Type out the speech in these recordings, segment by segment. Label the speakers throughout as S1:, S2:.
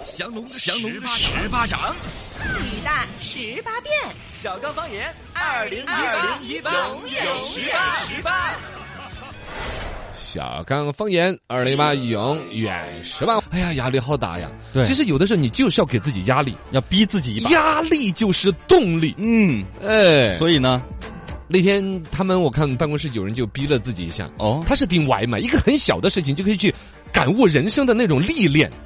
S1: 降龙
S2: 降龙
S1: 十八掌，
S3: 女大十八变，
S1: 小刚方言
S3: 二零一八
S1: 一八，
S3: 永远十八
S1: 十八。
S2: 小刚方言二零八永远十万。哎呀，压力好大呀！
S4: 啊对
S2: 其实有的时候你就是要给自己压力，
S4: 要逼自己一把。
S2: 压力就是动力。
S4: 嗯，
S2: 哎，
S4: 所以呢，
S2: 那天他们我看办公室有人就逼了自己一下，
S4: 哦，
S2: 他是订外卖，一个很小的事情就可以去感悟人生的那种历练。
S4: 哦嗯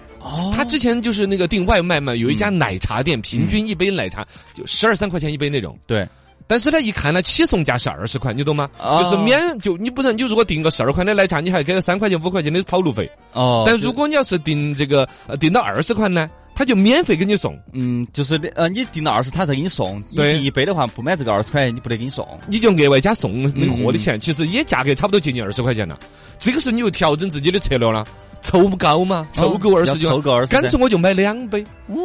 S2: 他之前就是那个订外卖嘛，有一家奶茶店，平均一杯奶茶就十二三块钱一杯那种。
S4: 对，
S2: 但是呢，一看呢，起送价是二十块，你懂吗？
S4: 哦
S2: 就是免就你不然你如果订个十二块的奶茶，你还给三块钱五块钱的跑路费。
S4: 哦，
S2: 但
S4: 就
S2: 如果你要是订这个呃订到二十块呢，他就免费给你送，
S4: 嗯，就是那呃，你订了二十，他才给你送。你
S2: 对
S4: 订一杯的话，不满这个二十块，你不得给你送。
S2: 你就额外加送那个货的
S4: 嗯
S2: 钱，其实也价格差不多接近二十块钱了。这个时候你又调整自己的策略了，凑不高嘛，凑够二
S4: 哦要
S2: 十就
S4: 凑够二十，
S2: 干脆我就买两杯，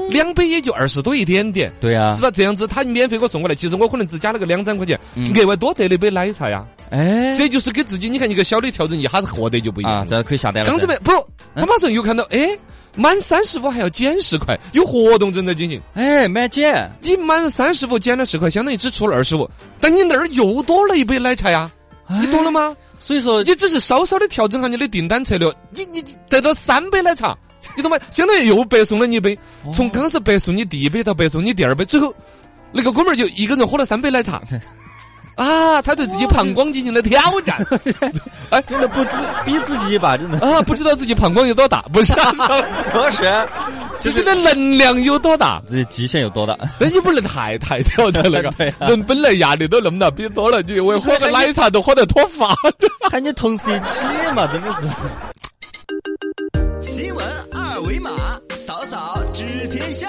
S2: 两杯也就二十多一点点，
S4: 对啊，
S2: 是吧？这样子他免费给我送过来，其实我可能只加了个两三块钱
S4: 嗯，
S2: 额外多得了一杯奶茶呀。
S4: 哎，
S2: 这就是给自己，你看一个小的调整一下子获得就不一
S4: 啊，
S2: 样。
S4: 这可以下单了。
S2: 刚准备不，
S4: 嗯
S2: 他马上又看到，哎，满三十五还要减十块，有活动正在进行。
S4: 哎，满减，
S2: 你满三十五减了十块，相当于只出了二十五，但你那儿又多了一杯奶茶呀，你懂了吗？
S4: 所以说
S2: 你只是稍稍的调整下你的订单策略，你你你得到三杯奶茶，你懂吗？相当于又白送了你一杯，从刚是白送你第一杯到白送你第二杯，最后那个哥们儿就一个人喝了三杯奶茶。啊，他对自己膀胱进行了挑战，哎
S4: 真的不自逼自己一把， 真的
S2: 啊，不知道自己膀胱有多大，不是、啊，
S4: 不是，
S2: 自己的能量有多大，
S4: 自己极限有多大？
S2: 那你不能太太挑战 那
S4: 对
S2: 个，
S4: 啊
S2: 人本来压力都那么大，比多了，你我喝个奶茶都喝得脱发。
S4: 喊你同事一起嘛，真的是。
S1: 新闻二维码，扫扫知天下。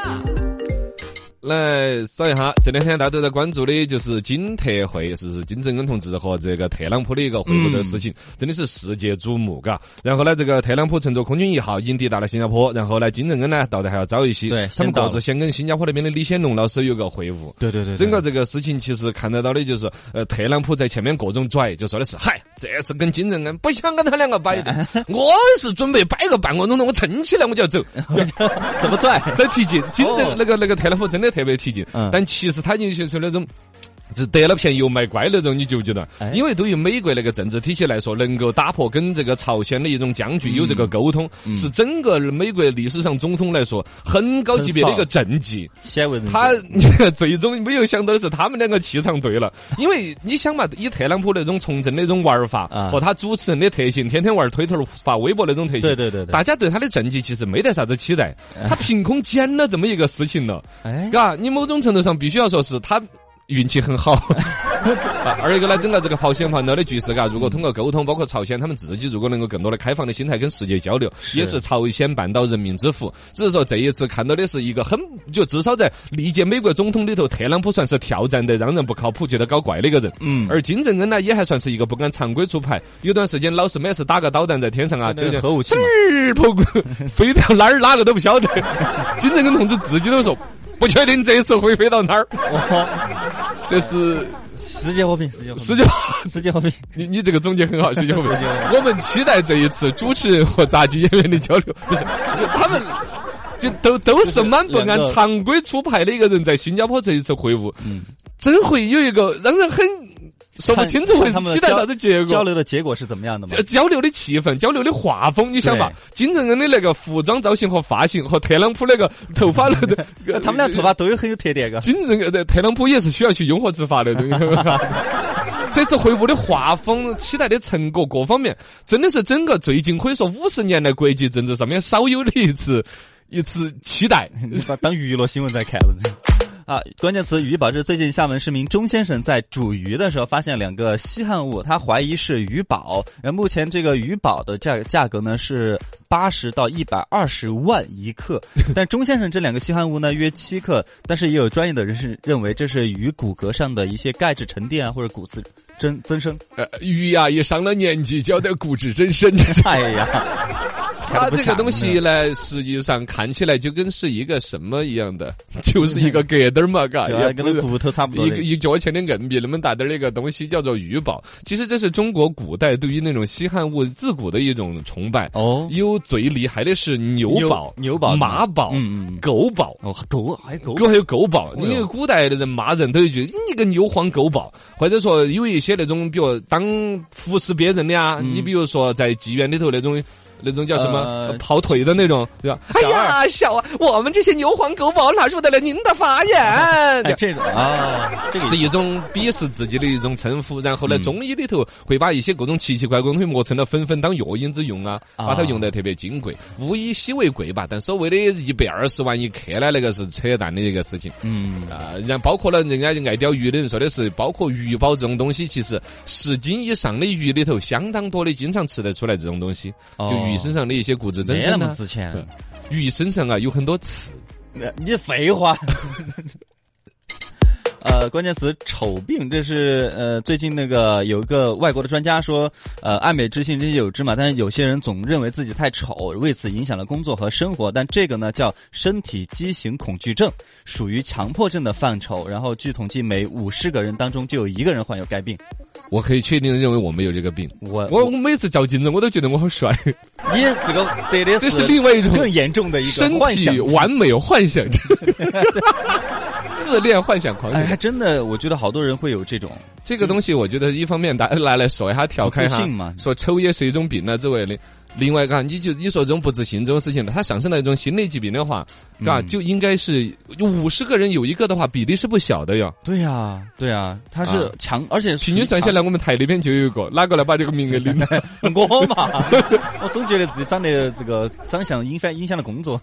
S2: 来扫一下，这两天大家都在关注的就是金特会，是是金正恩同志和这个特朗普的一个会晤这个事情，真的是世界瞩目，嘎。然后呢，这个特朗普乘坐空军一号已经抵达了新加坡，然后呢，金正恩呢到的还要早一些，他
S4: 对
S2: 们
S4: 先到
S2: 各
S4: 了
S2: 自先跟新加坡那边的李显龙老师有个会晤。
S4: 对对对
S2: 整个这个事情其实看得到的就是，呃，特朗普在前面各种拽，就说的是，嗨，这次跟金正恩不想跟他两个摆 的，
S4: 哎
S2: 我是准备摆个半个钟头，我撑起来我就要走。
S4: 怎么 拽？
S2: 在提劲，金
S4: 哦
S2: 正那个那个特朗普真的特别提劲
S4: 嗯，
S2: 但其实他已经形成那种。是得了便宜又卖乖那种，你觉不觉得
S4: 哎？
S2: 因为对于美国那个政治体系来说，能够打破跟这个朝鲜的一种僵
S4: 嗯
S2: 局，有这个沟通，是整个美国历史上总统来说很高级别的一个政绩。
S4: 鲜为人
S2: 他最终没有想到的是，他们两个气场对了，因为你想嘛，以特朗普那种从政那种玩儿法
S4: 啊
S2: 和他主持人的特性，天天玩推特、发微博那种特性，
S4: 对对对对
S2: 大家对他的政绩其实没得啥子期待，他凭空捡了这么一个事情了，
S4: 哎，
S2: 嘎，你某种程度上必须要说是他。运气很好，啊二一个呢，整个这个朝鲜半岛的局势，嘎，如果通过沟通，包括朝鲜他们自己，如果能够更多的开放的心态跟世界交流，也是朝鲜半岛人民之福。只是说呃这一次看到的是一个很，就至少在历届美国总统里头，特朗普算是挑战的让人不靠谱、觉得搞怪的一个人。
S4: 嗯，
S2: 而金正恩呢，也还算是一个不按常规出牌，有段时间老是每次打个导弹在天上啊，
S4: 这
S2: 就
S4: 个核武器嘛，
S2: 儿跑过，飞到哪儿哪个都不晓得。 金正恩同志自己都说，不确定这次会飞到哪儿。
S4: 哦，
S2: 这是
S4: 世界和平，世界和平，
S2: 十九，
S4: 世界和平，
S2: 你你这个总结很好，十九位。我们期待这一次主持人和杂技演员的交流，不是，就他们。就都都是蛮不按常规出牌的一个人，在新加坡这一次会晤，真会有一个让人很说不清楚会
S4: 嗯看他们的
S2: 期待
S4: 交
S2: 啥子结果。
S4: 交流的结果是怎么样的嘛
S2: 呃？交流的气氛、交流的画风，你想嘛
S4: 对，，
S2: 金正恩的那个服装造型和发型，和特朗普那个头发那个
S4: 他们俩头发。都有很有特点，嘎。
S2: 金正恩、呃特朗普也是需要去拥护执法的。对 这次会晤的画风、期待的成果各方面，真的是整个最近可以说五十年来国际政治上面少有的一次一次期待。
S4: 你把当娱乐新闻在看了。啊，关键词鱼保是最近厦门市民钟先生在煮鱼的时候发现两个稀罕物，他怀疑是鱼宝。呃，目前这个鱼宝的价价格呢是八十到一百二十万一 克，但钟先生这两个稀罕物呢约七克，但是也有专业的人士认为这是鱼骨骼上的一些钙质沉淀啊，或者骨质增增生。
S2: 啊 呃，鱼呀、也上了年纪，交代固执真深。
S4: 哎呀，开
S2: 它
S4: 得
S2: 这
S4: 不嗯
S2: 个
S4: 响
S2: 东西
S4: 呢
S2: 呢，实际上看起来就跟是一个什么一样的， 就是一个疙瘩儿嘛，嘎，
S4: 对啊
S2: 也
S4: 跟
S2: 不是。
S4: 那骨头差不多
S2: 一
S4: 的
S2: 个。一角钱的硬币那么大点儿的一个东西叫做鱼宝，其实这是中国古代对于那种稀罕物自古的一种崇拜。
S4: 哦
S2: 有最厉害的是牛宝、
S4: 牛牛宝
S2: 马宝、
S4: 嗯嗯嗯
S2: 狗宝。
S4: 哦，狗还狗
S2: 狗还有狗宝，
S4: 哎呦
S2: 你古代的人骂人都有一句“你个牛黄狗宝”，或者说有一些那种，比如当服侍别人的啊，你比如说在妓院里头那种。那种叫什么、
S4: 嗯呃
S2: 呃跑腿的那种，对吧？哎
S4: 小二
S2: 呀，小啊，我们这些牛黄狗宝哪入得了您的法眼？
S4: 哎，这种啊，这个
S2: 是一种鄙视自己的一种称呼。然后
S4: 嗯
S2: 呢，中医里头会把一些各种奇奇怪怪的东西磨成了粉粉当药引子用啊，
S4: 啊
S2: 把它用得特别金贵。物以稀为贵吧，但所谓的一百二十万一克呢，那个是扯淡的一个事情。
S4: 嗯，
S2: 啊，然后包括了人家爱钓鱼的人说的是，包括鱼宝这种东西，其实十斤以上的鱼里头，相当多的经常吃得出来这种东西，就
S4: 哦
S2: 鱼身上的一些骨质增
S4: 没那
S2: 生
S4: 么
S2: 啊，
S4: 值钱。
S2: 鱼身上啊有很多刺。
S4: 你废话。 呃，关键词丑病，这是呃最近那个有一个外国的专家说，呃，爱美之心这些有之嘛，但是有些人总认为自己太丑，为此影响了工作和生活，但这个呢叫身体畸形恐惧症，属于强迫症的范畴。然后据统计，每五十个人当中就有一个人患有该病。
S2: 我可以确定地认为我没有这个病。
S4: 我
S2: 我我每次照镜子，我都觉得我好 帅，
S4: 你这个得的
S2: 这是另外一种
S4: 更严重的一
S2: 身
S4: 个幻想
S2: 体完美幻想症， 自恋幻想狂
S4: 哎，
S2: 人。
S4: 还真的，我觉得好多人会有这种
S2: 这个东西，我觉得一方面大家拿来说一下调侃一
S4: 自
S2: 下
S4: 信嘛，
S2: 说抽也是一种病啊之类的。另外，嘎，你就你说这种不自信这种事情，它上升到一种心理疾病的话，嘎，
S4: 嗯
S2: 就应该是五十个人有一个的话，比例是不小的哟。
S4: 对呀、对呀、他是
S2: 啊
S4: 强，而且
S2: 平均算下
S4: 来
S2: 来，我们台里边就有一个，哪个来把这个名额 领到？
S4: 我嘛，我总觉得自己长得这个长相影响影响了工作。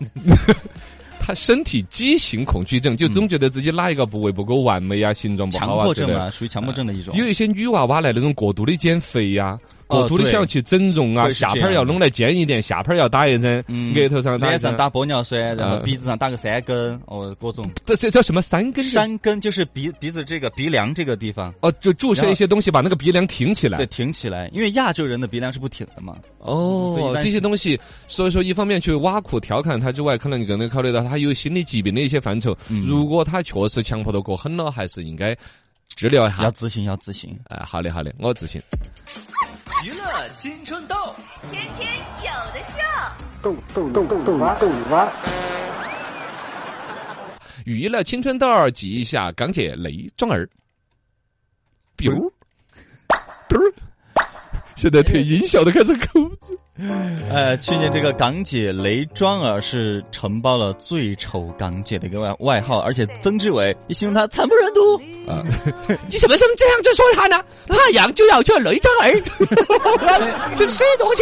S2: 他身体畸形恐惧症，就总觉得自己哪一个部位不够完美啊，形状不
S4: 强
S2: 好啊
S4: 迫
S2: 之类
S4: 症
S2: 的
S4: 啊，属于强迫症的一种。
S2: 有一些女娃娃来那种过度的减肥呀、过度的想要去整容啊，
S4: 哦会是这
S2: 下
S4: 样
S2: 盘儿要弄来尖一点，下盘儿要打一针，
S4: 嗯
S2: 额头上打一
S4: 脸
S2: 针
S4: 上，打玻尿酸，然后
S2: 嗯
S4: 鼻子上打个三根，哦，各种
S2: 这这叫什么三根针？
S4: 山根就是鼻鼻子这个鼻梁这个地方，
S2: 哦，就注射一些东西把那个鼻梁挺起来。
S4: 对，挺起来，因为亚洲人的鼻梁是不挺的嘛。所以一
S2: 哦，
S4: 般
S2: 这些东西，所以说一方面去挖苦调侃他之外，可能你可能考虑到他有心理疾病的一些范畴。
S4: 嗯
S2: 如果他确实强迫得过狠了，还是应该治疗一下
S4: 要。自信，要自信。
S2: 啊，好的好的，我自信。
S1: 娱乐青春痘，
S3: 天天有的秀。
S5: 逗逗逗逗你玩，逗你玩。
S2: 娱乐青春痘儿，挤一下钢铁雷壮儿。biu biu，现在听音效都开始抠子。
S4: 呃，去年这个港姐雷庄儿是承包了最丑港姐的一个外外号，而且曾志伟一形容她惨不忍睹。
S2: 啊！你怎么能这样子说他呢？怕痒就要叫雷壮 儿，真是东西。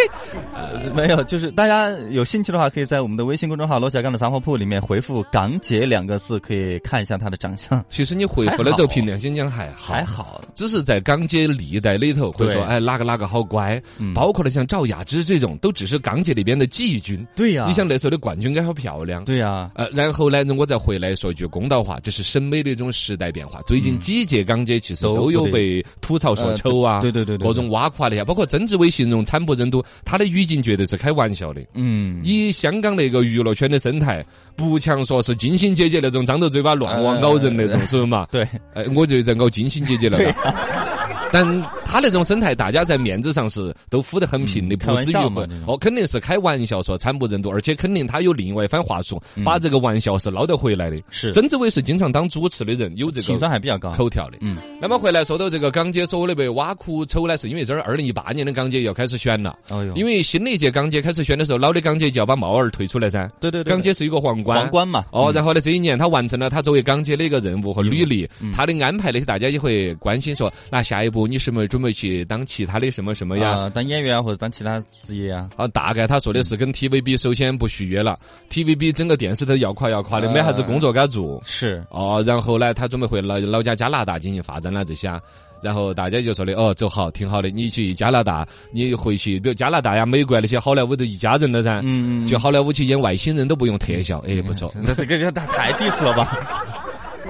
S4: 呃没有，就是大家有兴趣的话，可以在我们的微信公众号“楼下干的杂货铺”里面回复“港姐”两个字，可以看一下她的长相，
S2: 其实你回复了之后，凭良心讲还好
S4: 还。好。
S2: 只是在港姐历代里头会说，
S4: 对
S2: 哎，哪个哪个好乖，
S4: 嗯
S2: 包括了像赵雅芝这种，都只是港姐里边的季军。
S4: 对呀
S2: 你想那时候的冠军该好漂亮，
S4: 对呀、
S2: 呃，然后呢，我再回来说句公道话，这是审美的一种时代变化。最近几届港姐其实
S4: 嗯都
S2: 都有
S4: 不
S2: 被吐槽说丑啊，
S4: 呃对对对对对
S2: 各种挖苦啊那些，包括曾志伟形容惨不忍睹，他的语境绝对是开玩笑的。
S4: 嗯，
S2: 以香港那个娱乐圈的生态，不强说是金星姐姐那种张着嘴巴
S4: 哎
S2: 乱往咬人那种，是不是嘛？
S4: 对，
S2: 哎，我就在咬金星姐姐了。
S4: 啊
S2: 但他那种生态，大家在面子上是都敷得很平的，
S4: 嗯开
S2: 不
S4: 玩
S2: 至于
S4: 笑嘛
S2: 会
S4: 这种
S2: 哦，肯定是开玩笑说惨不忍睹，而且肯定他有另外一番话术，把这个玩笑是捞得回来的。
S4: 嗯是
S2: 曾志伟是经常当主持的人，有这
S4: 情商
S2: 个
S4: 还比较高。
S2: 口条的。
S4: 嗯，
S2: 那么回来说到这个港姐所谓的被挖苦丑呢，是因为这儿二零一八年的港姐要开始选了，
S4: 哎呦，
S2: 因为新的一届港姐开始选的时候，老的港姐就要把帽儿退出来噻。
S4: 对对对，
S2: 港姐是有个皇冠，
S4: 皇冠嘛，
S2: 哦，
S4: 嗯
S2: 然后呢，这一年他完成了他作为港姐的一个任务和履历，
S4: 嗯
S2: 他的安排那些大家也会关心说，那下一步你是不是准备去当其他的什么什么呀？
S4: 啊当演员啊，或者当其他职业啊，
S2: 啊，大概他说的是跟 TVB 首先不续约了，TVB 整个电视台摇垮摇垮的，
S4: 啊
S2: 没啥子工作给他做。
S4: 是
S2: 哦，然后呢，他准备回老老家加拿大进行发展了这些啊。然后大家就说的哦，走好，挺好的。你去加拿大，你回去，比如加拿大呀、美国啊那些好莱坞都一家人了噻。
S4: 嗯嗯嗯嗯
S2: 去好莱坞去演外星人都不用特效，哎，不错。
S4: 那这个就太太 diss 了 吧？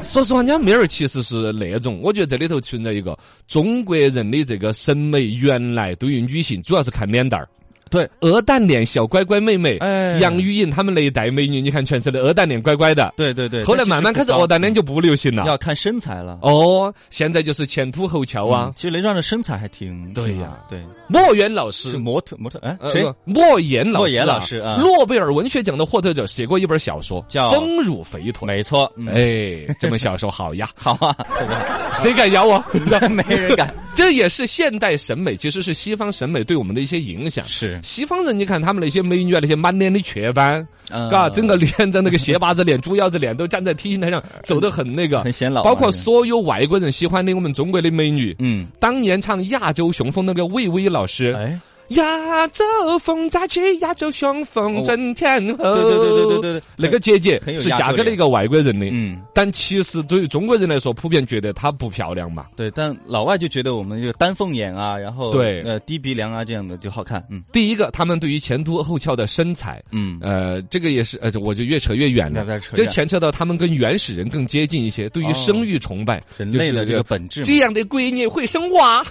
S2: 说实话，人家妹儿其实是那种，我觉得这里头存在一个中国人的这个审美，原来对于女性主要是看脸蛋儿，对，鹅蛋脸小乖乖妹妹，
S4: 哎
S2: 杨钰莹他们那一代美女，你看全是的鹅蛋脸乖乖的。
S4: 对对对，
S2: 后来
S4: 但其实
S2: 慢慢开始
S4: 不高
S2: 鹅蛋脸就不嗯流行了
S4: 要。看身材了。
S2: 哦，现在就是前凸后翘啊
S4: 嗯。其实雷壮的身材还挺
S2: 对
S4: 挺
S2: 呀
S4: 好对，
S2: 莫言老
S4: 是
S2: 师，
S4: 模特模特哎
S2: 呃
S4: 谁
S2: 不莫言老师啊，
S4: 莫言老师啊
S2: 诺贝尔文学奖的获得者，写过一本小说
S4: 叫
S2: 《丰乳肥臀》。
S4: 没错，嗯，
S2: 哎，这本小说好呀
S4: 好啊，特 别好
S2: 谁敢咬我？
S4: 没 人敢
S2: 这也是现代审美，其实是西方审美对我们的一些影响。
S4: 是，
S2: 西方人，你看他们那些美女啊，那些满脸的雀斑，
S4: 嗯
S2: 嘎、整个脸在那个斜把子脸、猪腰子脸都站在梯形台 上，走得很那个，
S4: 很显老啊
S2: 包括
S4: 啊这个
S2: 所有外国人喜欢的我们中国的美女，
S4: 嗯，
S2: 当年唱《亚洲雄风》那个魏巍老师，
S4: 哎，
S2: 亚洲风乍起，亚洲雄风震天后。
S4: 哦对对对对对对对
S2: 呃那个姐姐
S4: 很有
S2: 是
S4: 亚洲
S2: 嫁给了
S4: 脸
S2: 一个外国人的。
S4: 嗯，
S2: 但其实对于中国人来说，普遍觉得她不漂亮嘛。
S4: 对，但老外就觉得我们这个丹凤眼啊，然后
S2: 对
S4: 呃低鼻梁啊这样的就好看，嗯
S2: 第一个，他们对于前凸后翘的身材，
S4: 嗯，
S2: 呃，这个也是，呃，我就越扯越远
S4: 要不要
S2: 了。
S4: 扯
S2: 这
S4: 远
S2: 牵扯到他们跟原始人更接近一些，对于
S4: 哦
S2: 生育崇拜，
S4: 人类的
S2: 就是
S4: 这个本质嘛
S2: 这样的闺女会生娃。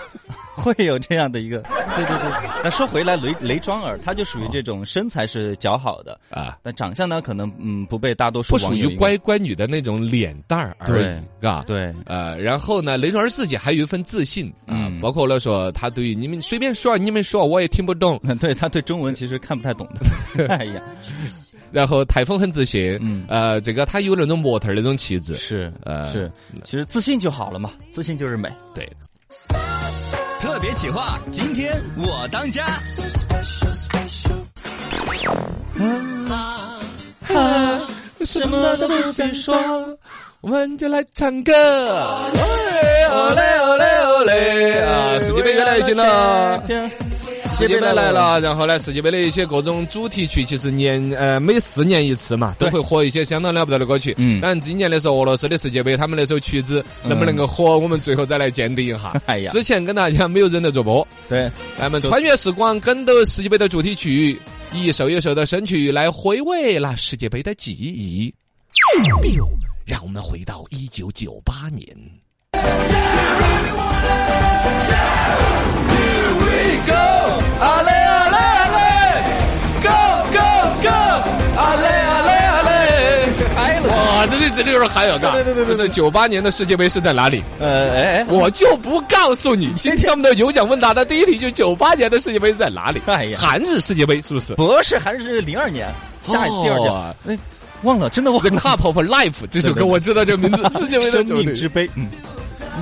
S4: 会有这样的一个，对对对。那说回来，雷雷庄儿他就属于这种身材是较好的
S2: 啊，
S4: 但长相呢可能嗯不被大多数
S2: 不
S4: 网
S2: 属
S4: 友
S2: 于
S4: 一个
S2: 乖乖女的那种脸蛋儿而
S4: 对
S2: 已，嘎。
S4: 对
S2: 呃，然后呢，雷壮儿自己还有一份自信啊，
S4: 嗯
S2: 包括了说他对于你们随便说，你们说我也听不懂。
S4: 对他对中文其实看不太懂的。哎呀，
S2: 然后台风很自信，
S4: 嗯
S2: 呃，这个他有那种模特儿那种气质，
S4: 是
S2: 呃
S4: 是，其实自信就好了嘛，自信就是美。
S2: 对。
S1: 特别企划，今天我当家。
S2: 啊什么都不想说，我们就来唱歌。哦嘞哦嘞哦嘞啊！世界杯越来越近了。世界杯来了，然后呢，世界杯的一些各种主题曲，其实年呃每四年一次嘛，都
S4: 对
S2: 会火一些相当了不得的歌曲。
S4: 嗯。
S2: 当然今年的时候，俄罗斯的世界杯，他们那首曲子能不能够火，我们最后再来鉴定一下
S4: 哎呀
S2: 之前跟大家没有忍得住播，
S4: 对，
S2: 咱们穿越时光，跟着世界杯的主题曲，一首一首的神曲来回味那世界杯的记忆。让我们回到一九九八年。哇，这这这六人还有
S4: 啊
S2: 个，对对对对，就是九八年的世界杯是在哪里？
S4: 呃哎哎，
S2: 我就不告诉你。今天我们的有奖问答的第一题就九八年的世界杯是在哪里？
S4: 哎呀
S2: 韩日世界杯是 不是？
S4: 不是，还是零二年，下一第二
S2: 哦
S4: 年，哎，忘了，真的忘
S2: The
S4: 了。
S2: Cup of Life 这首歌我知道这名字， 世界杯的
S4: 生
S2: 主
S4: 命
S2: 题
S4: 之
S2: 曲。
S4: 杯，嗯，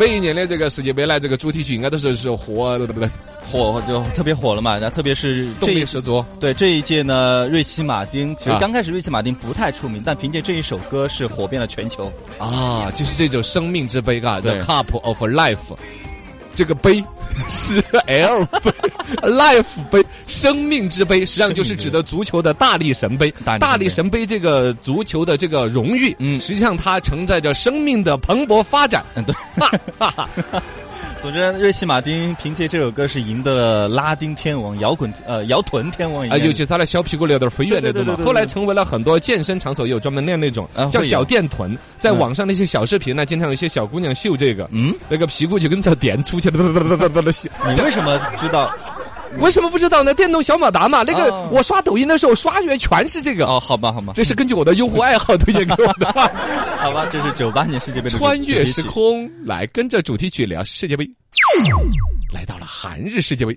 S2: 每一年的这个世界杯呢，这个主题曲应该都是是火，对不对？
S4: 火就特别火了嘛，然后特别是
S2: 动
S4: 这一
S2: 力十足。
S4: 对这一届呢，瑞奇马丁其实
S2: 啊
S4: 刚开始瑞奇马丁不太出名，但凭借这一首歌是火遍了全球。
S2: 啊，就是这种生命之杯啊，The
S4: 对
S2: Cup of Life，这个杯是 L 杯，Life 杯，生命之杯，实际上就是指的足球的大力神杯。
S4: 大力神杯
S2: 大力神杯这个足球的这个荣誉，
S4: 嗯
S2: 实际上它承载着生命的蓬勃发展。
S4: 嗯，对。
S2: 哈哈哈，
S4: 总之，瑞奇马丁凭借这首歌是赢得了拉丁天王、摇滚呃摇臀天王一
S2: 啊，
S4: 样的
S2: 尤其是他的小屁股留点肥圆那种
S4: 对对对
S2: 嘛
S4: 对，对
S2: 后来成为了很多健身场所有专门练那种
S4: 啊会
S2: 叫
S4: 有
S2: 小电臀，在
S4: 嗯
S2: 网上那些小视频呢，经常有一些小姑娘秀这个，
S4: 嗯，
S2: 那个屁股就跟着电出去的，
S4: 你为什么知道？
S2: 为什么不知道呢？电动小马达嘛，那个
S4: 哦
S2: 我刷抖音的时候刷阅全是这个。
S4: 哦，好 吧，好吧，
S2: 这是根据我的用户爱好推荐给我 的。
S4: 好吧，这是九八年世界杯的
S2: 穿越
S4: 主题
S2: 时。
S4: 曲
S2: 空，来跟着主题曲聊世界杯，来到了韩日世界杯，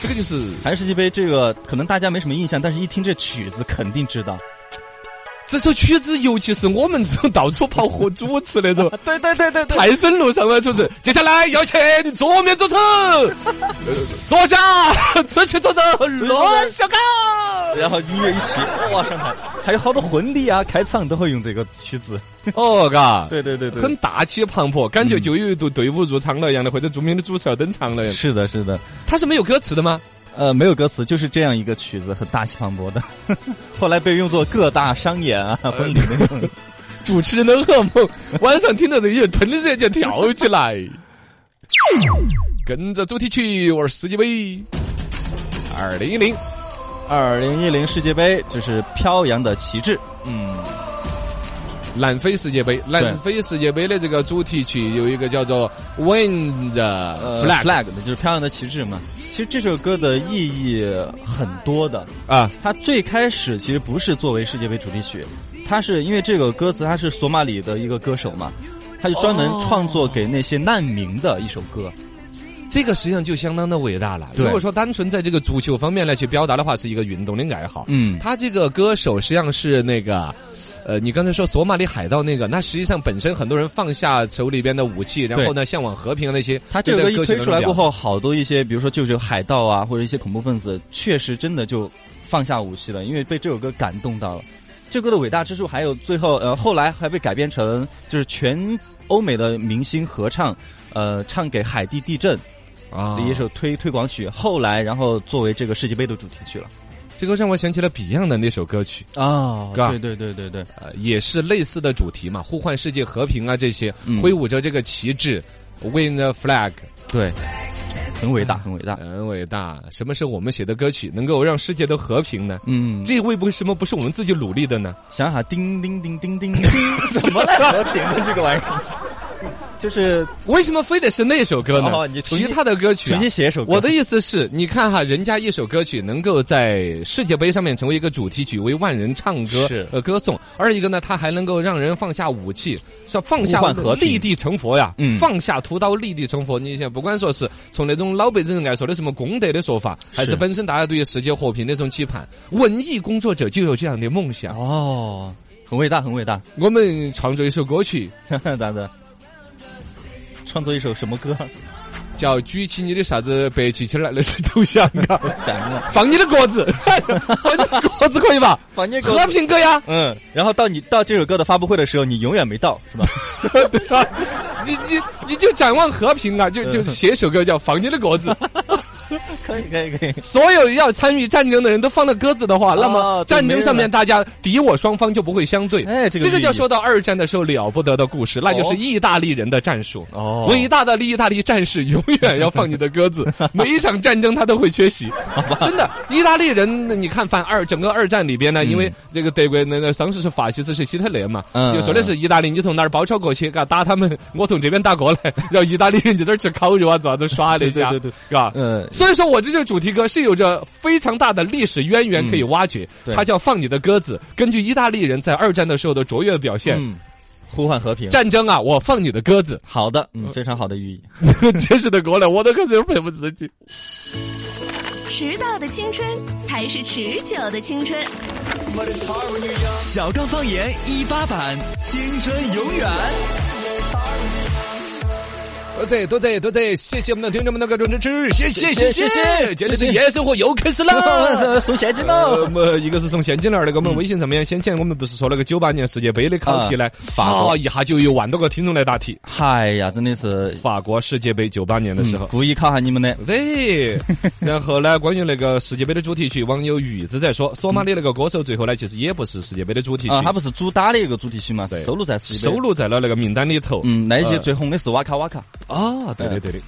S2: 这个就是
S4: 韩世界杯这个可能大家没什么印象，但是一听这曲子肯定知道。。
S2: 这首曲子，尤其是我们这种到处跑火主持那 种
S4: 啊对对对对对
S2: 泰森路上的主持，接下来有请桌面主持， 呃作家，这去坐的罗小刚。
S4: 然后音乐一起，哇，上台还有好多魂力啊，开场都会用这个曲子。
S2: 哦，嘎，
S4: 对对对对，
S2: 很大气磅礴，感觉就有一队队伍入场了一样的，或者著名的主持要登场了一样。
S4: 是的，是的。
S2: 它是没有歌词的吗？
S4: 呃，没有歌词，就是这样一个曲子，很大气磅礴的。 后来被用作各大商演啊、婚礼那种。
S2: 主持人的噩梦，晚上听到这音，腾的人就跳起来，跟着主题曲玩世界杯。二零一零，
S4: 二零一零世界杯，这是飘扬的旗帜。嗯，
S2: 南非世界杯。南非世界杯的这个主题曲有一个叫做《When the
S4: 呃
S2: Flag》
S4: flag 的就是漂亮的旗帜嘛。其实这首歌的意义很多的，
S2: 啊，
S4: 它最开始其实不是作为世界杯主题曲，它是因为这个歌词它是索马里的一个歌手嘛，他就专门创作给那些难民的一首歌。
S2: 这个实际上就相当的伟大了。
S4: 对
S2: 如果说单纯在这个足球方面来去表达的话，是一个运动的爱好。
S4: 嗯，
S2: 他这个歌手实际上是那个。呃，你刚才说索马里海盗那个，那实际上本身很多人放下手里边的武器，然后呢向往和平啊那些，
S4: 他这个
S2: 就
S4: 歌
S2: 在曲
S4: 一推
S2: 当
S4: 出
S2: 中
S4: 来
S2: 表
S4: 过后，好多一些比如说就是海盗啊，或者一些恐怖分子，确实真的就放下武器了，因为被这首歌感动到了。这歌的伟大之处还有最后呃，后来还被改编成就是全欧美的明星合唱，呃，唱给海地地震
S2: 啊
S4: 的，一首推、推广曲，后来然后作为这个世界杯的主题曲了。
S2: 这个让我想起了 Beyond 的那首歌曲，
S4: 哦
S2: 是吧
S4: 对对对对对，
S2: 呃，也是类似的主题嘛，呼唤世界和平啊这些，
S4: 嗯
S2: 挥舞着这个旗帜，Win the flag，
S4: 对，很伟大，很伟大。
S2: 很伟大。什么是我们写的歌曲能够让世界都和平呢？
S4: 嗯，
S2: 这为不为什么不是我们自己努力的呢？
S4: 想想叮叮叮叮叮叮， 怎么来和平的这个玩意儿？ 就是
S2: 为什么非得是那首歌呢？
S4: 哦你重新
S2: 其他的歌曲、啊，
S4: 重新 写一首歌
S2: 我的意思是，你看哈，人家一首歌曲能够在世界杯上面成为一个主题曲，为万人唱歌，
S4: 是
S2: 呃歌颂。二一个呢，它还能够让人放下武器，是放下
S4: 呼唤和平
S2: 立地成佛呀，
S4: 嗯
S2: 放下屠刀立地成佛。你想，不管说是从那种老辈子人爱说的什么功德的说法，还是
S4: 是
S2: 本身大家对于世界和平的一种期盼，文艺工作者就有这样的梦想。
S4: 哦，很伟大，很伟大。
S2: 我们创作一首歌曲，
S4: 咋的？创作一首什么歌？
S2: 叫《举起你的啥子白旗旗儿来》，那是投降啊。
S4: 想了，
S2: 放你的鸽子， 放你的鸽子可以吧？
S4: 反正
S2: 和平鸽呀，
S4: 嗯，然后到你到这首歌的发布会的时候，你永远没到，是吧？
S2: 你你你就展望和平啊，就就写首歌叫《放你的鸽子》。
S4: 可以，可以，可以。
S2: 所有要参与战争的人都放了鸽子的话，那么
S4: 哦对
S2: 战争上
S4: 没
S2: 面
S4: 人
S2: 大家敌我双方就不会相对。
S4: 哎这个
S2: 这个
S4: 寓意
S2: 叫说到二战的时候了不得的故事，那就
S4: 哦
S2: 是意大利人的战术。
S4: 哦
S2: 伟大的意大利战士永远要放你的鸽 子，每一场战争他都会缺席。真的，意大利人，你看反二整个二战里边呢，因为这个德国那个当时是法西斯是希特勒嘛，
S4: 嗯
S2: 就说的是意大利，你从哪儿包抄过去，嘎打他们，我从这边打过来，然后意大利人就在那儿吃烤肉啊，做啥子耍的，
S4: 对对对对
S2: 嘎。
S4: 嗯，
S2: 所以说我这首主题歌是有着非常大的历史渊源可以挖掘，
S4: 对
S2: 它叫《放你的鸽子》，根据意大利人在二战的时候的卓越表现，
S4: 嗯，呼唤和平。
S2: 战争啊，我放你的鸽子，
S4: 好的，嗯，非常好的寓意。
S2: 真是的过来，我都开始佩服自己。
S3: 迟到的青春才是持久的青春。
S1: 小刚方言一八版，青春永远。
S2: 多谢多谢多谢，谢谢我们的听众们的各种支持，谢谢
S4: 谢
S2: 谢
S4: 谢谢谢
S2: 今天的夜生活又开始了。
S4: 送现金
S2: 呃，
S4: 喽！
S2: 我们一个是从现金那儿那个，我们微信上面先前我们不是说那个九八年世界杯的考题呢，
S4: 法国
S2: 啊一下就有万多个听众来答题。
S4: 嗨呀，真的是
S2: 法国世界杯九八年的时候
S4: 嗯，故意考下你们的。
S2: 对，然后呢，关于那个世界杯的主题曲，网友鱼子在说，索马里那个歌手最后呢，其实也不是世界杯的主题曲，
S4: 嗯啊，它不是主打的一个主题曲嘛，
S2: 对
S4: 收录在世界杯
S2: 收。录在了那个名单里头。
S4: 嗯，那一些
S2: 呃
S4: 最红的是哇卡哇卡。
S2: 啊，对对对对，